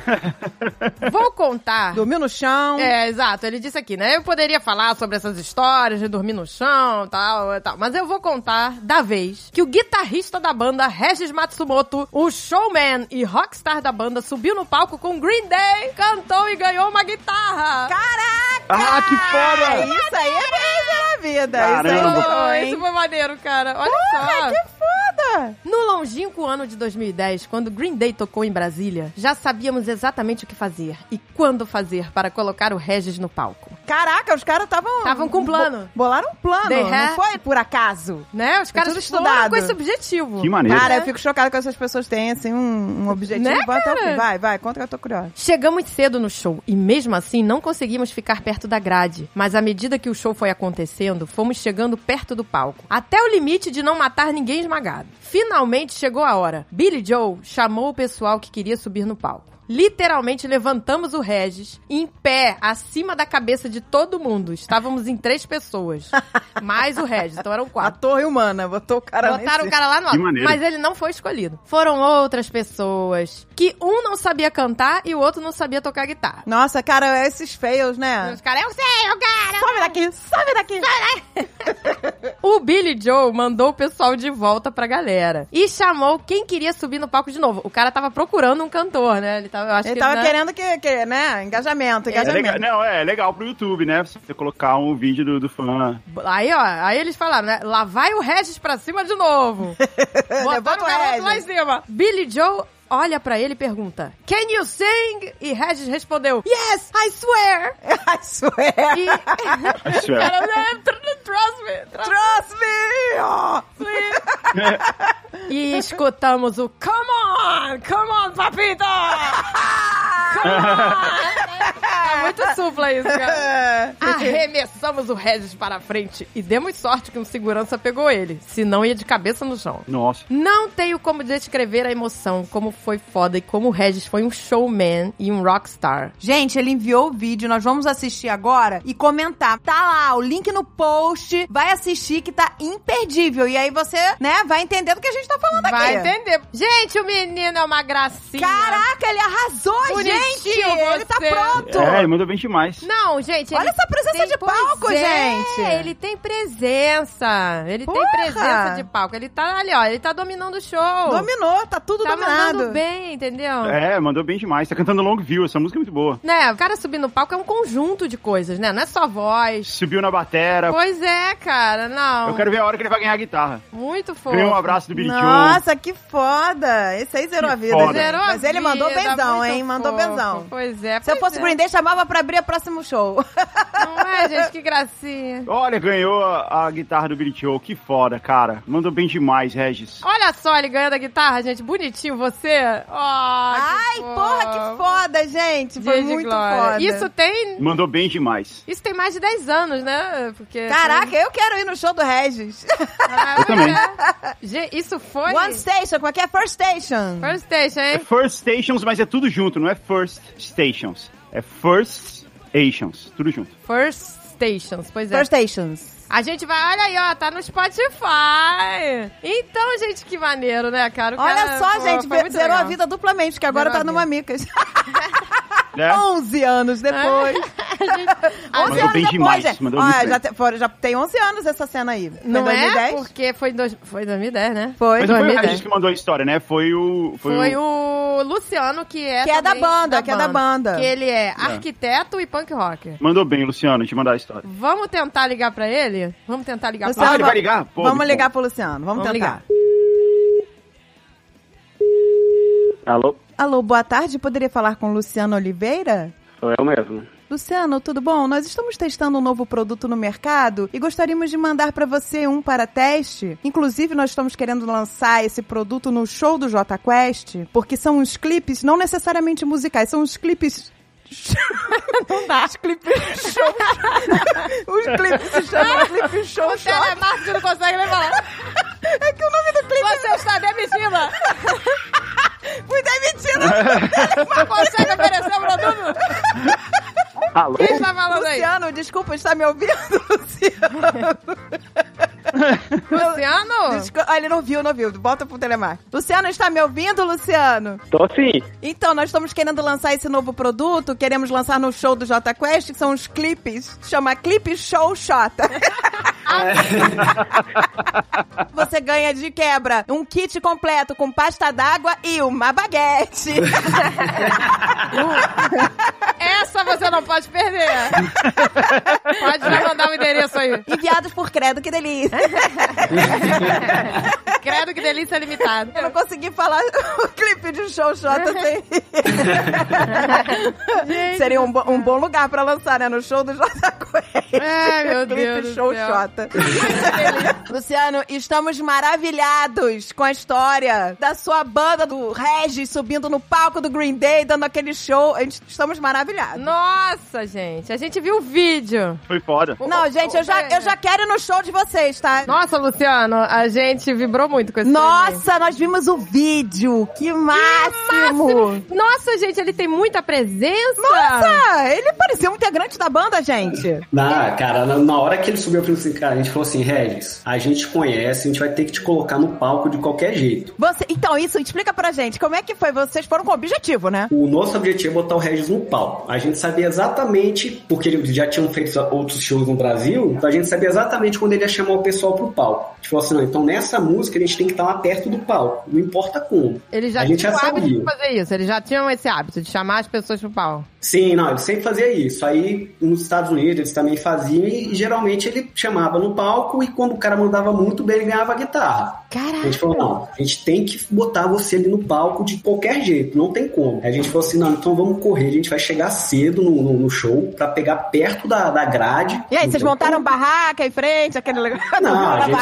Vou contar. Dormiu no chão. É, exato. Ele disse aqui, né? Eu poderia falar sobre essas histórias de dormir no chão, tal, tal. Mas eu vou contar da vez que o guitarrista da banda Regis Matsumoto, o showman e rockstar da banda, subiu no palco com Green Day, cantou e ganhou uma guitarra. Caraca! Ah, que foda! Isso aí é beleza na vida. Caramba. Isso aí Oh, foi, isso hein? foi maneiro, cara. Olha Porra, só. que foda! No longínquo ano de 2010, quando Green Day tocou em Brasília, já sabíamos exatamente o que fazer e quando fazer para colocar o Regis no palco. Caraca, os caras estavam... Tavam com plano. bo- Bolaram um plano, They não had- foi por acaso. Né? Os caras tudo estudaram estudado. com esse objetivo. Que maneiro. Cara, eu fico chocada que essas pessoas têm, assim, um, um objetivo. Né, Bota cara? o fim. Vai, vai, conta que eu tô curiosa. Chegamos cedo no show e mesmo assim não conseguimos ficar perto da grade, mas à medida que o show foi acontecendo, fomos chegando perto do palco, até o limite de não matar ninguém esmagado. Finalmente chegou a hora. Billy Joe chamou o pessoal que queria subir no palco. Literalmente levantamos o Regis em pé, acima da cabeça de todo mundo. Estávamos em três pessoas, mais o Regis, então eram A quatro. torre humana, botou o cara lá em Botaram o cima. cara lá no Que alto. maneiro. Mas ele não foi escolhido. Foram outras pessoas que um não sabia cantar e o outro não sabia tocar guitarra. Nossa, cara, esses fails, né? Os caras, eu sei, eu cara. Sobe daqui, sobe daqui! O Billy Joe mandou o pessoal de volta pra galera. E chamou quem queria subir no palco de novo. O cara tava procurando um cantor, né? Ele tava, eu acho Ele que, tava né? querendo que, que, né? Engajamento, É engajamento. legal, não, é legal pro YouTube, né? Você colocar um vídeo do, do fã. Aí, ó, aí eles falaram, né? Lá vai o Regis pra cima de novo. <laughs> Levanta Botaram o o garoto Regis. lá em <laughs> cima. Billy Joe olha pra ele e pergunta, Can you sing? E Regis respondeu, Yes, I swear. I swear! E... <laughs> I swear. Cara, né? Trust me, trust Trust me! ó. <laughs> me. E escutamos o Come on, come on, papito! É muito supla isso, cara. É. Arremessamos o Regis para a frente e demos sorte que um segurança pegou ele, senão ia de cabeça no chão. Nossa. Não tenho como descrever a emoção, como foi foda e como o Regis foi um showman e um rockstar. Gente, ele enviou o vídeo, nós vamos assistir agora e comentar. Tá lá, o link no post, vai assistir que tá imperdível. E aí você, né, vai entender do que a gente tá falando Vai aqui. entender. Gente, o menino é uma gracinha. Caraca, ele arrasou, Bonitinho gente! Ele tá você. pronto! É, ele mandou bem demais. Não, gente, Olha ele essa presença presença de pois palco, é, gente. Ele tem presença. Ele Porra! tem presença de palco. Ele tá ali, ó. Ele tá dominando o show. Dominou, tá tudo tá dominado. mandando bem, entendeu? É, mandou bem demais. Tá cantando Long View, essa música é muito boa. Né, o cara subir no palco é um conjunto de coisas, né? Não é só voz. Subiu na batera. Pois é, cara, não. Eu quero ver a hora que ele vai ganhar a guitarra. Muito fofo. Ganhou um abraço do Billy Joe. Nossa, que foda! Esse aí zerou a vida. foda. gente. Zerou a Mas ele mandou vida, benzão, muito hein? Mandou fofo. benzão. Pois é, Se eu pois fosse é. Green Day, chamava pra abrir o próximo show. <laughs> Não é, gente? Que gracinha. Olha, ganhou a, a guitarra do Billy Joe. Que foda, cara. Mandou bem demais, Regis. Olha só ele ganhando a guitarra, gente. Bonitinho você. Ó, Ai, que porra, que foda, gente! Foi Dia de muito glória. foda. Isso tem... Mandou bem demais. Isso tem mais de 10 anos, né? Porque Caraca, eu quero ir no show do Regis. Ah, Eu também. é. Gente, isso foi... One Station, como é que é? First Station. First Station, É hein? First Stations, mas é tudo junto, não é First Stations. É First Stations, tudo junto. First Stations, pois é. First Stations. A gente vai, olha aí, ó, tá no Spotify. Então, gente, que maneiro, né, cara? O Olha cara, só, pô, gente, foi muito zerou legal. a vida duplamente, porque agora Zerou tá a no vida. É? Mamicas. <laughs> Né? 11 anos depois. 11 Ah, Mandou anos bem depois, demais, gente. mandou Ó, muito bem. já, te- foram- já tem 11 anos essa cena aí. Foi Não 2010? é? Porque foi, em dois, foi em 2010, né? Foi. Mas não foi o 2010. Regis que mandou a história, né? Foi o. Foi, o Luciano, que é Que é da também banda, que é da banda. Que ele é arquiteto e punk rocker. Mandou bem, Luciano, te mandar a história. Vamos tentar ligar pra ele? Vamos tentar ligar Luciano, Ah, pra ele ele? vai ligar? Pô, vamos muito ligar pro Luciano, vamos, Vamos tentar. ligar. Alô? Alô, boa tarde, poderia falar com o Luciano Oliveira? Sou eu mesmo. Luciano, tudo bom? Nós estamos testando um novo produto no mercado e gostaríamos de mandar para você um para teste. Inclusive, nós estamos querendo lançar esse produto no show do Jota Quest, porque são uns clipes não necessariamente musicais, são uns clipes. <laughs> Não dá. Os clipes show. Os clipes se chamam clipe show. O telemarketing é não consegue nem falar. É que o nome do clipe Você está demitida. foi demitido. Não consegue oferecer o produto? Alô? Quem está falando aí? Luciano, desculpa, está me ouvindo, Luciano? Luciano? Desculpa. Ah, ele não viu, não viu. Bota pro telemar. Luciano, está me ouvindo, Luciano? Tô sim. Então, nós estamos querendo lançar esse novo produto, queremos lançar no show do Jota Quest, que são os clipes, chama Clipe Show Xota. <laughs> Você ganha de quebra um kit completo com pasta d'água e uma baguete. Essa você não pode perder. né? Pode já mandar o endereço <laughs> aí. Enviados por Credo, que delícia. Credo que delícia limitada. Eu não consegui falar <laughs> o clipe de show Xota sem... Seria um, bo- um bom lugar pra lançar, né? No show do <laughs> Jota Quest. Ai, meu Clipe Deus do show céu. Xota. <laughs> Luciano, estamos maravilhados com a história da sua banda do Regis subindo no palco do Green Day, dando aquele show. A gente- Estamos maravilhados. Nossa, gente. A gente viu o vídeo. Foi foda. Não, gente, eu já, pera. eu já quero ir no show de vocês, tá? Nossa, Luciano, a gente vibrou muito com esse desenho. Nossa, nós vimos o vídeo! Que máximo! Nossa, gente, ele tem muita presença. Nossa, ele parecia um integrante da banda, gente. Na, cara, na, na hora que ele subiu, eu falei assim, cara, a gente falou assim, Regis, a gente te conhece, a gente vai ter que te colocar no palco de qualquer jeito. Você, então, isso, explica pra gente, como é que foi? Vocês foram com objetivo, né? O nosso objetivo é botar o Regis no palco. A gente sabia exatamente, porque eles já tinham feito outros shows no Brasil, então a gente sabia exatamente quando ele ia chamar o pessoal pro palco. A gente falou assim, não, então nessa música a gente tem que estar lá perto do palco, não importa como. Ele já a gente tinha já o hábito sabia. de fazer isso. Eles já tinham esse hábito de chamar as pessoas pro pau. Sim, não, ele sempre fazia isso. Aí nos Estados Unidos eles também faziam e geralmente ele chamava no palco e quando o cara mandava muito bem, ele ganhava a guitarra. A gente falou, não, a gente tem que botar você ali no palco de qualquer jeito, não tem como. Aí a gente falou assim, não, então vamos correr, a gente vai chegar cedo no, no- no show pra pegar perto da, da grade. E aí, vocês Não, montaram barraca em frente, aquele negócio? Então, Não, a gente-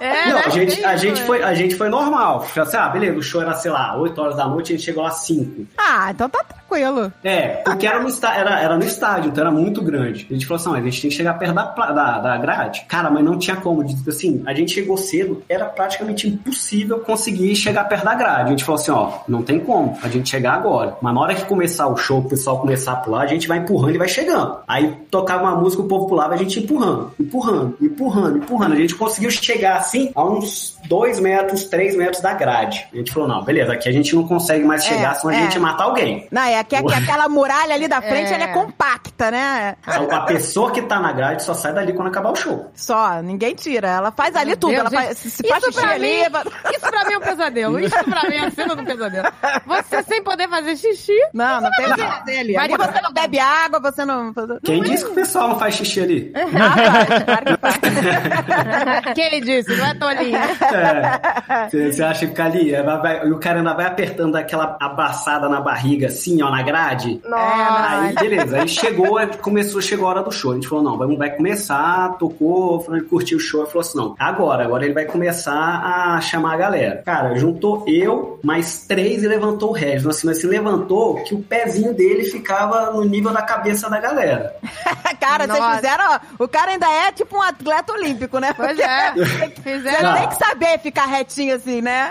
É, Então, Não, né? a gente, Tem a, isso, gente né? foi, a gente foi normal. Falei assim, ah, beleza, o show era, sei lá, 8 horas da noite, a gente chegou lá às 5. Ah, então tá tranquilo. É, porque era no, está- era, era no estádio, então era muito grande. A gente falou assim, "Não, a gente tem que chegar perto da, pla- da, da grade. Cara, mas não tinha como. Diz- Assim, a gente chegou cedo, era praticamente impossível conseguir chegar perto da grade. A gente falou assim, ó, não tem como a gente chegar agora. Mas na hora que começar o show, o pessoal começar a pular, a gente vai empurrando e vai chegando. Aí tocava uma música, o povo pulava, a gente empurrando, empurrando, empurrando, empurrando. A gente conseguiu chegar, assim, a uns dois metros, três metros da grade. A gente falou, não, beleza, aqui a gente não consegue mais chegar, senão a é. gente mata alguém. Não, é, É, que, que aquela muralha ali da frente, É. ela é compacta, né? A pessoa que tá na grade só sai dali quando acabar o show. Só, ninguém tira. Ela faz ali tudo. Deus, ela gente, faz, se, se isso faz xixi pra ali... mim- vai- Isso pra mim é um <laughs> pesadelo. Isso pra mim é a cena do pesadelo. Você sem poder fazer xixi. Não, não tem nada ali. Mas Ali você não bebe água, você não... é. Quem disse que o pessoal não faz xixi ali? Ah, claro que <laughs> faz. Quem disse? Não é Tolinha. É. Você você acha que fica ali, é, vai- vai- e o cara ainda vai apertando aquela abraçada na barriga, assim, ó, na grade. Nossa. Aí, beleza. Aí chegou, aí começou, chegou a hora do show. A gente falou, não, vai, vai começar, tocou, falou, ele curtiu o show. Ele falou assim, não, agora, agora ele vai começar a chamar a galera. Cara, juntou eu, mais três e levantou o resto. Assim, mas se levantou que o pezinho dele ficava no nível da cabeça da galera. Cara, vocês Nossa. fizeram... ó, o cara ainda é tipo um atleta olímpico, né? Pois Porque é. Você Fizeram. Não. tem que saber ficar retinho assim, né?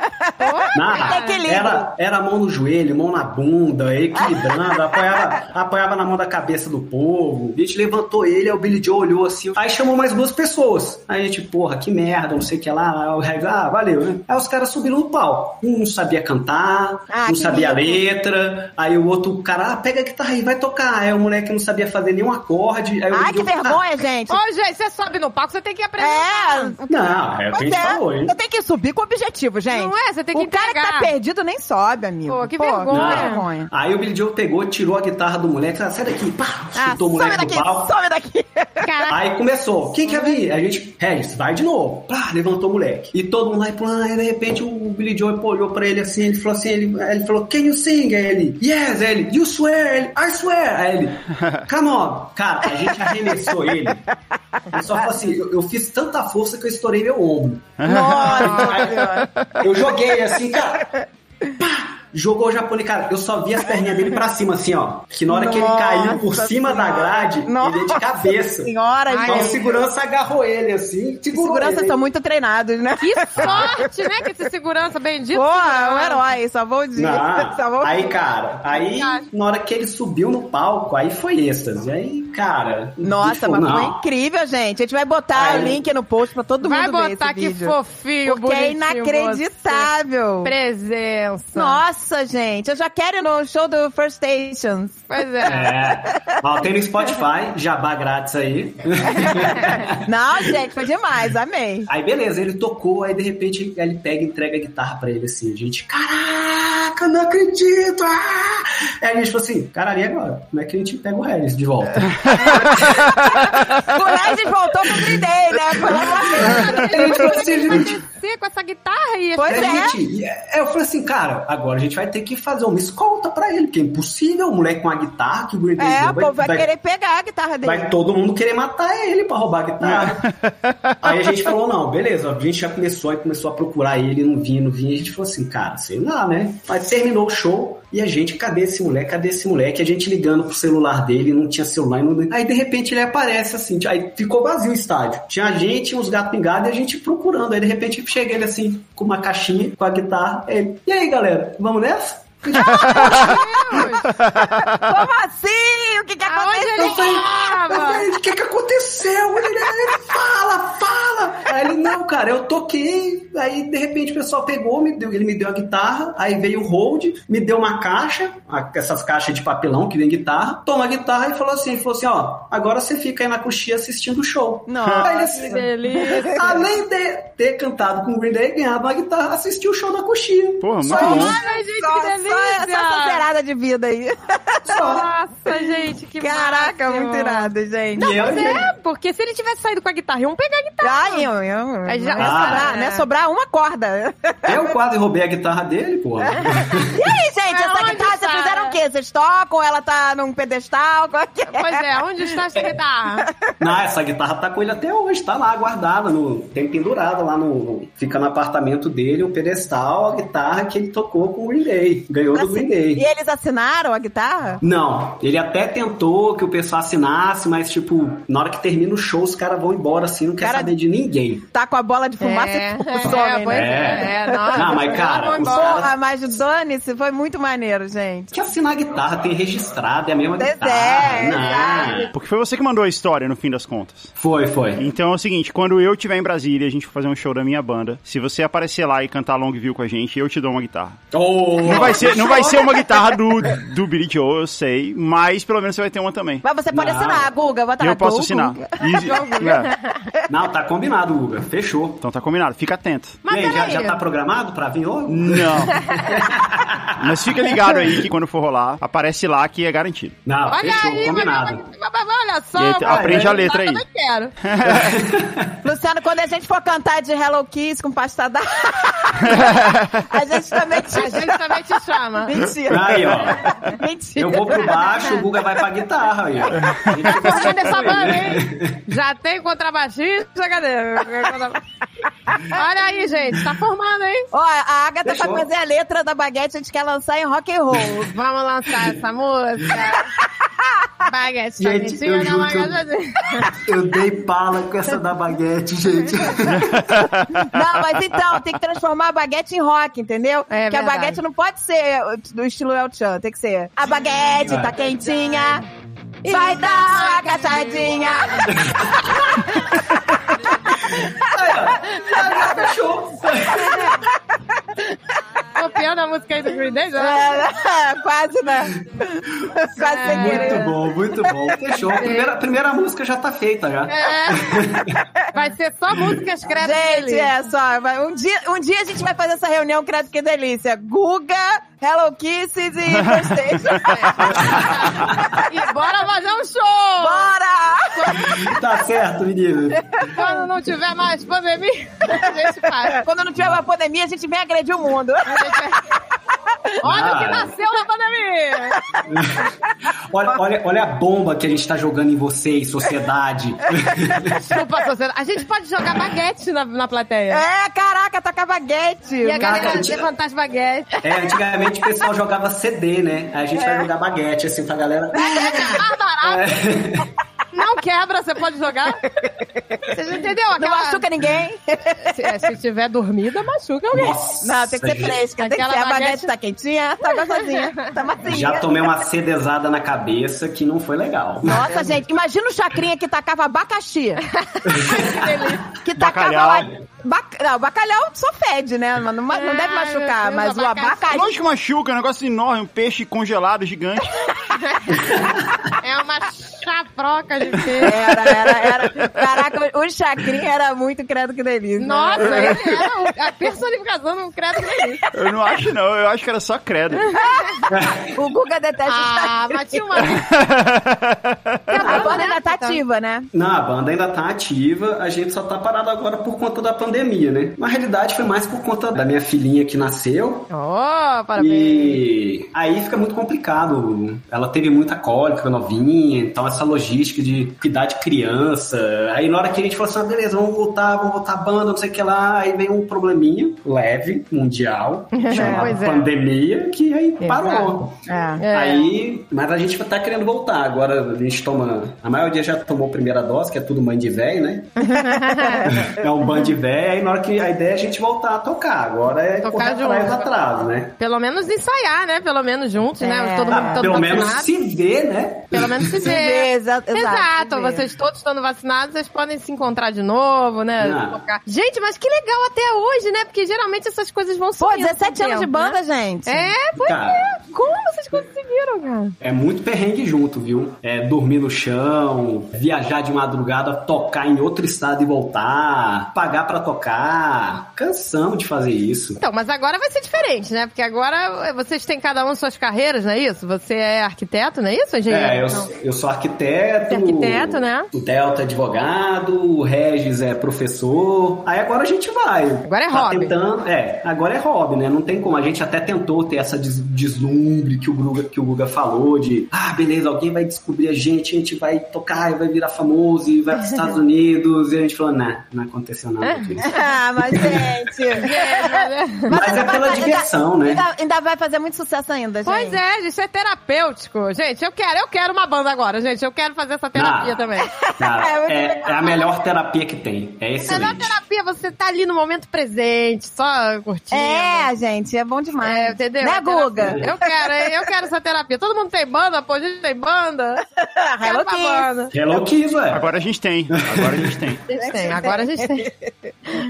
Nada. Tem equilíbrio. Era, era mão no joelho, mão na bunda, equilibrando, apoiava, apoiava na mão da cabeça do povo. A gente levantou ele, aí o Billy Joe olhou assim. Aí chamou mais duas pessoas. Aí a gente, porra, que merda, não sei o que lá. Aí o Reg, ah, valeu, né? Aí os caras subiram no pau. Um não sabia cantar, um Ah, não que sabia lindo. letra. Aí o outro cara, ah, pega a guitarra aí, vai tocar. Aí o moleque não sabia fazer nenhum acorde. Aí o Ai, Billy que Joe, ah, vergonha, gente. Ô, gente, você sobe no palco, você tem que aprender. É, Não, é o que a pois gente falou, é. hein? Você tem que subir com objetivo, gente. Não é? Você tem que O cara que tá entregar. perdido nem sobe, amigo. Pô, que vergonha. que vergonha. Aí o Billy Joe pegou, tirou a guitarra do moleque, ah, sai daqui, pá, Ah, chutou o some moleque daqui, do pau. some <laughs> daqui. Caraca. Aí começou. Quem quer vir? A gente, Regis, vai de novo. Pá, levantou o moleque. E todo mundo lá e pulando. Aí de repente o Billy Joe pô, olhou pra ele assim, ele falou assim, ele, aí ele falou, can you sing? Aí ele, yes, Aí ele, you swear, ele, I swear. Aí ele, come on. Cara, a gente arremessou ele. Ele só falou assim, eu, eu fiz tanta força que eu estourei meu ombro. Nossa, senhora. Eu joguei assim, cara. Pá! Jogou o japonês, cara. Eu só vi as perninhas dele pra cima, assim, ó. Que na hora que ele caiu por Nossa cima da senhora. grade, ele é de Nossa cabeça. senhora, Ai, é Então, gente. o segurança agarrou ele assim. segurou Seguranças ele. são tá muito treinados, né? Que sorte, né? Que esse segurança bendito. Pô, é um herói, salvou o dia. <laughs> Salvou o Não. Aí, dia. cara, aí Tá. Verdade. na hora que ele subiu no palco, aí foi êxtase. Aí, cara. Nossa, tipo, mas foi não. incrível, gente. A gente vai botar Aí. o link no post pra todo Vai mundo ver esse botar que vídeo. fofinho, Porque é bonitinho inacreditável. você. Presença. Nossa, gente, eu já quero ir no show do First Stations. <laughs> Pois é. É. Ó, tem no Spotify, jabá grátis aí. Não, gente, foi demais, amei. <laughs> Aí beleza, ele tocou, aí de repente ele pega e entrega a guitarra pra ele assim, a gente, caraca, não acredito! Ah! Aí a gente falou assim, caralho, e agora? Como é que a gente pega o Harris de volta? O Regis voltou pro Green Day, né? Pelo amor de Deus. <laughs> Aí ele falou assim, gente, Você com essa guitarra e Pois Aí é. a gente- e é, eu falei assim, cara, agora a gente vai ter que fazer uma escolta pra ele, porque é impossível o moleque com a guitarra que o Green Day É, vai, o povo vai, vai- querer pegar a guitarra dele. vai todo mundo querer matar ele pra roubar a guitarra. <laughs> aí a gente falou, não, beleza, a gente já começou, aí começou a procurar ele, não vinha, não vinha, a gente falou assim, cara, sei lá, né? Mas terminou o show e a gente, cadê esse moleque, cadê esse moleque? A gente ligando pro celular dele, não tinha celular, não... aí de repente ele aparece assim, aí ficou vazio o estádio. Tinha a gente, uns gatos pingados e a gente procurando, aí de repente chega ele assim, com uma caixinha, com a guitarra, aí ele, e aí galera, vamos nessa? Como assim? O que que Aonde aconteceu? ele estava? Aí ele, O que que aconteceu? Ele, ele fala, fala. Aí ele, não, cara, eu toquei. Aí, de repente, o pessoal pegou, me deu, ele me deu a guitarra. Aí veio o hold, me deu uma caixa, a- essas caixas de papelão que vem guitarra. Toma a guitarra e falou assim, falou assim, ó, agora você fica aí na coxinha assistindo o show. Nossa, Aí ele assim, Delícia. <laughs> Além de ter cantado com o Green Day, ganhado uma guitarra, assistiu o show na coxinha. Porra, Só muito isso. bom. Ai, gente, Só, que só essa delícia. acelerada de vida aí. Nossa, gente, que Caraca, máximo. muito irado, gente. E eu, Pois gente, é, porque se ele tivesse saído com a guitarra, iam pegar a guitarra. Ai, eu, eu, Aí já- não ia sobrar, Ah. né? Sobrar uma <laughs> corda. eu quase roubei a guitarra dele, pô. E aí, gente, Pra essa É onde, tá? guitarra, vocês Sara? fizeram o quê? Vocês tocam? Ela tá num pedestal? Qual que é? Pois é, onde está essa guitarra? Não, essa guitarra tá com ele até hoje, tá lá guardada, no, tem pendurada lá no. Fica no apartamento dele, um pedestal, a guitarra que ele tocou com o Green Day. Ganhou do Green E Day. eles assinaram a guitarra? Não, ele até tentou que o pessoal assinasse, mas tipo, na hora que termina o show, os caras vão embora assim, não quer Cara- saber de ninguém. Tá com a bola de fumaça e é, some, pois né? Ah, é. É. é, nossa. Não, mas, cara, Vamos os embora. caras- Porra, mas dane-se, foi muito maneiro, gente. Que assinar a guitarra, tem registrado, é a mesma Pois é, guitarra. Não. É. exato. Porque foi você que mandou a história, no fim das contas. Foi, foi. Então é o seguinte, quando eu estiver em Brasília e a gente for fazer um show da minha banda, se você aparecer lá e cantar Longview com a gente, eu te dou uma guitarra. Oh, Não vai ser, não vai ser uma guitarra do, do Billy Joe, eu sei, mas pelo menos você vai ter uma também. Mas você pode Não. assinar, Guga. Bota lá, Eu posso tá Guga. assinar. E- é, Não, tá combinado, Guga. Fechou. então tá combinado, fica atento. Mas e aí, já, peraí. já tá programado pra vir hoje? Não. Mas fica ligado aí que quando for rolar, aparece lá que é garantido. Não, Olha Ah, fechou, aí, mas- combinado. mas- mas- mas- olha só. E aí, mano, aprende eu a letra aí. também quero. Luciano, quando a gente for cantar de Hello Kiss com pasta <laughs> d'água, a gente também te A <laughs> gente tá- também te chama. Mentira. Aí, ó. Mentira. Eu vou pro baixo, o Guga vai pra guitarra aí. ó. A gente fica Cadê essa assistindo aí, banda, né? hein? Já tem contrabaixista? Cadê? Olha aí, gente. Tá formando, hein? Ó, a Agatha Fechou. vai fazer a letra da baguete, a gente quer lançar em rock and roll. Vamos lançar essa música. Baguete, tá Gente, mentindo, eu né, juro que eu- Margarida? <laughs> Eu dei pala com essa da baguete, gente. Não, mas então, tem que transformar a baguete em rock, entendeu? É que a verdade. baguete não pode ser do estilo El Chan, tem que ser. A baguete tá quentinha, vai dar uma agachadinha. Fechou. Copiando a música aí do Green Day, né? É, <laughs> Quase, né? Quase sem Muito querer. bom, muito bom. Fechou. A primeira, a primeira música já tá feita já. É. Vai ser só músicas credas Gente, dele. é só. vai- Um dia, um dia a gente vai fazer essa reunião, credo que delícia. Guga, Hello <laughs> Kisses e PlayStation. E bora fazer um show! Bora! Tá certo, menino. Quando não tiver mais pandemia, <laughs> a gente faz. Quando não tiver uma pandemia, a gente vem agredir o mundo. A gente- Olha o que Ah. nasceu na pandemia! Olha, olha, olha a bomba que a gente tá jogando em vocês, sociedade. Desculpa, sociedade. A gente pode jogar baguete na, na plateia. É, caraca, toca baguete. Tá E a galera Caraca, gente. levantar as baguetes. É, antigamente o pessoal jogava CD, né? Aí a gente vai jogar baguete, assim, pra galera. É. Barbarato, É. não quebra, você pode jogar. Você já entendeu? Não Aquela... machuca ninguém. Se, é, se tiver dormida, machuca alguém. Nossa, Não, tem que ser gente. fresca. Tem que Aquela ser. A baguete baguete- tá quentinha, tá gostosinha, tá macia. Já tomei uma CDzada na cabeça que não foi legal. Nossa, gente, imagina o chacrinha que tacava <laughs> abacaxi. que tacava Bacalhau. lá- Bac... Não, bacalhau só fede, né? Mas Não, mas não deve Ai, machucar, Ah, meu mas Deus, o abacaxi. Lógico que machuca, é um negócio enorme, um peixe congelado gigante. É uma chaproca de peixe. Era, era, era. Caraca, o chacrinha era muito credo que delícia. Nossa, É. ele era o- a personificação do credo dele. <laughs> Eu não acho, não, eu acho que era só credo. O Guga detesta Ah, o mas tinha chacrinha. uma... <laughs> A banda ainda tá ativa, né? Não, a banda ainda tá ativa, a gente só tá parado agora por conta da pandemia, né? Na realidade foi mais por conta da minha filhinha que nasceu. Oh, parabéns. E aí fica muito complicado. Ela teve muita cólica novinha, então essa logística de cuidar de criança. Aí na hora que a gente falou assim, ah, beleza, vamos voltar, vamos voltar a banda, não sei o que lá, aí veio um probleminha leve, <laughs> mundial, chamado Pois é. pandemia, que aí parou. É. É. Aí, mas a gente tá querendo voltar. Agora a gente toma. A maioria já tomou a primeira dose, que é tudo mãe de véio, né? <laughs> é um bando de véio. Aí na hora que a ideia é a gente voltar a tocar. Agora é Tocar correr de atrás novo. atrás, né? Pelo menos ensaiar, né? Pelo menos juntos, né? É. Todo mundo Ah, todo pelo vacinado. menos se vê, né? Pelo menos se Se vê, vê. exa- exato, É. Exato, se vê. vocês todos estando vacinados, vocês podem se encontrar de novo, né? Ah. Tocar. Gente, mas que legal até hoje, né? Porque geralmente essas coisas vão Pô, sumindo. 17 com o anos de tempo, banda, né? gente. É, pois Cara. é. Como vocês conseguiram, cara? É muito perrengue junto, viu? É dormir no chão, viajar de madrugada, tocar em outro estado e voltar, pagar pra tocar. Cansamos de fazer isso. Então, mas agora vai ser diferente, né? Porque agora eh, vocês têm cada um suas carreiras, não é isso? Você é arquiteto, não é isso, engenheiro? É, <laughs> eu, Não. eu sou arquiteto. Você é arquiteto, né? O Delta é advogado, o Regis é professor. Aí agora a gente vai. Agora é tá hobby. Tentando, é, agora é hobby, né? Não tem como. A gente até tentou ter essa des- deslumbre que o, Guga, que o Guga falou de ah, beleza, alguém vai descobrir a gente, a gente vai tocar e vai virar famoso e vai para os É. Estados Unidos. E a gente falou, não, não aconteceu nada <laughs> disso. Ah, mas, gente. né? Mas é ainda pela vai- diversão, ainda, né? Ainda, ainda vai fazer muito sucesso ainda, gente. Pois é, gente, isso é terapêutico. Gente, eu quero, eu quero uma banda agora, gente. Eu quero fazer essa terapia Ah. também. <laughs> É Cara, muito é, é a melhor terapia que tem. É A melhor <laughs> excelente. terapia é você tá ali no momento presente, só curtindo. É, gente, é bom demais. É, entendeu? Né, A terapia. Guga? Eu quero, hein? eu eu quero essa terapia. Todo mundo tem banda, pô, a gente tem banda. Quero Hello uma Kids. banda. Hello Kids, ué. Agora a gente tem. Agora a gente tem. A gente tem, agora a <laughs> gente tem.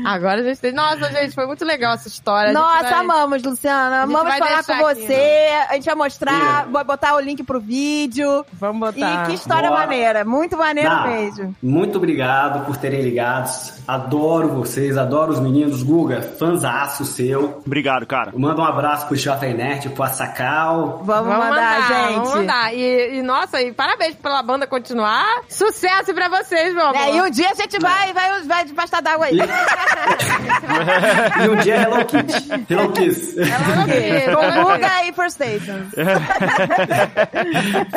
Agora a gente tem. Nossa, gente, foi muito legal essa história. A gente Nossa, vai- amamos, Luciana. gente Amamos vai falar com deixar aqui, né? você. A gente vai mostrar, Yeah. vai botar o link pro vídeo. Vamos E botar. que história Boa. maneira. Muito maneiro Dá. mesmo. Muito obrigado por terem ligado. Adoro vocês, adoro os meninos. Guga, fanzaço seu. Obrigado, cara. Manda um abraço pro Jovem Nerd, pro Assacal. Vamos, mandar, gente. Vamos mandar. E, e, nossa, e parabéns pela banda continuar. Sucesso pra vocês, meu amor. É, e um dia a gente vai, vai, vai debaixo d'água aí. E um dia Hello Kids. Hello Kids. Com Guga e First Station.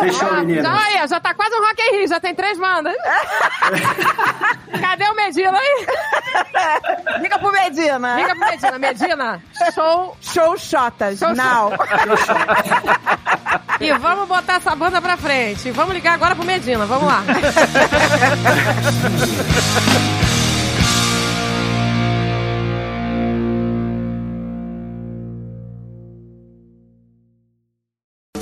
Fechou, meninos. já, Ah, aí, ó, já tá quase um Rock in Rio, já tem três <laughs> bandas. Cadê o Medina aí? Liga pro Medina. Liga pro Medina, Medina. Show. Show Shotas. Show Now. E vamos botar essa banda pra frente. E Vamos ligar agora pro Medina, vamos lá.